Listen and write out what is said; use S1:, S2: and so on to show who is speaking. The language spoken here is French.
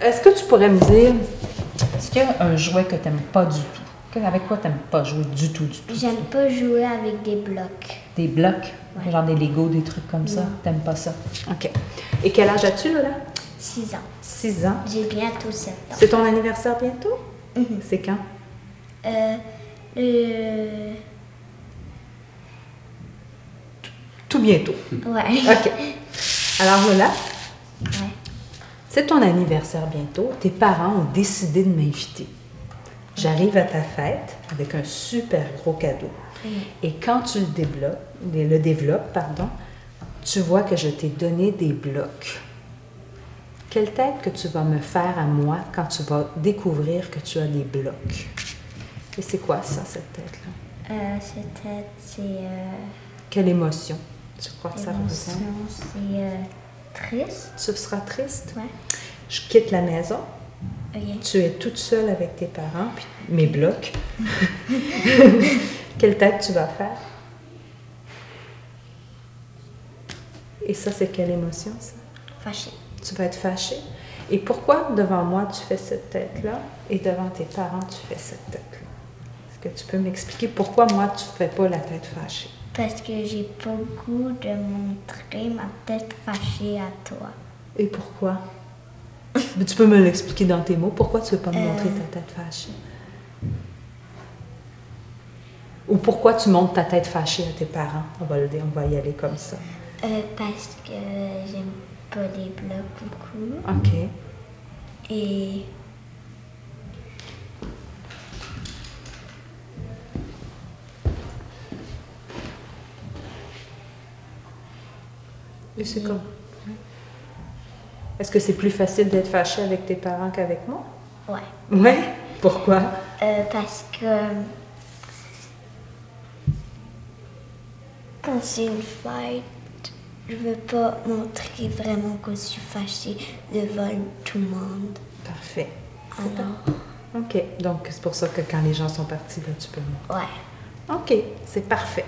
S1: Est-ce que tu pourrais me dire,
S2: Est-ce qu'il y a un jouet que t'aimes pas du tout? Que- Avec quoi t'aimes pas jouer du tout, du tout?
S3: J'aime pas jouer avec des blocs.
S2: Des blocs, genre des Legos, des trucs comme ça. T'aimes pas ça?
S1: Mm. OK. Et quel âge as-tu, Lola?
S3: 6 ans.
S1: 6 ans.
S3: J'ai bientôt 7 ans.
S1: C'est ton anniversaire bientôt? C'est quand?
S3: Euh, euh,
S1: Tout bientôt.
S3: ouais.
S1: OK. Alors, Lola,
S3: Ouais.
S1: c'est ton anniversaire bientôt. Tes parents ont décidé de m'inviter. J'arrive à ta fête avec un super gros cadeau. Et quand tu le débloques, le développes, pardon, tu vois que je t'ai donné des blocs. Quelle tête que tu vas me faire à moi quand tu vas découvrir que tu as des blocs? Et c'est quoi ça, cette tête-là?
S3: Euh, cette tête, c'est euh,
S1: Quelle émotion tu crois que ça
S3: émotion,
S1: représente?
S3: c'est euh, triste.
S1: Tu seras triste?
S3: Ouais.
S1: Je quitte la maison.
S3: Ok.
S1: Tu es toute seule avec tes parents, puis mes blocs. Quelle tête tu vas faire? Et ça, c'est quelle émotion, ça?
S3: Fâché.
S1: Tu vas être fâchée. Et pourquoi devant moi tu fais cette tête-là et devant tes parents tu fais cette tête-là? Est-ce que tu peux m'expliquer pourquoi moi tu fais pas la tête fâchée?
S3: Parce que j'ai pas le goût de montrer ma tête fâchée à toi.
S1: Et pourquoi? Mais tu peux me l'expliquer dans tes mots. Pourquoi tu veux pas me montrer ta tête fâchée? Ou pourquoi tu montres ta tête fâchée à tes parents? On va, le dire, on va y aller comme ça.
S3: Euh, parce que j'aime pas les blocs beaucoup.
S1: OK.
S3: Et
S1: Et c'est comme. Est-ce que c'est plus facile d'être fâché avec tes parents qu'avec moi?
S3: ouais.
S1: Oui. Pourquoi?
S3: Euh, parce que quand c'est une fête, je veux pas montrer vraiment que je suis fâchée devant tout le monde.
S1: Parfait.
S3: Alors,
S1: OK. Donc, c'est pour ça que quand les gens sont partis, là, tu peux me
S3: ouais.
S1: OK, c'est parfait.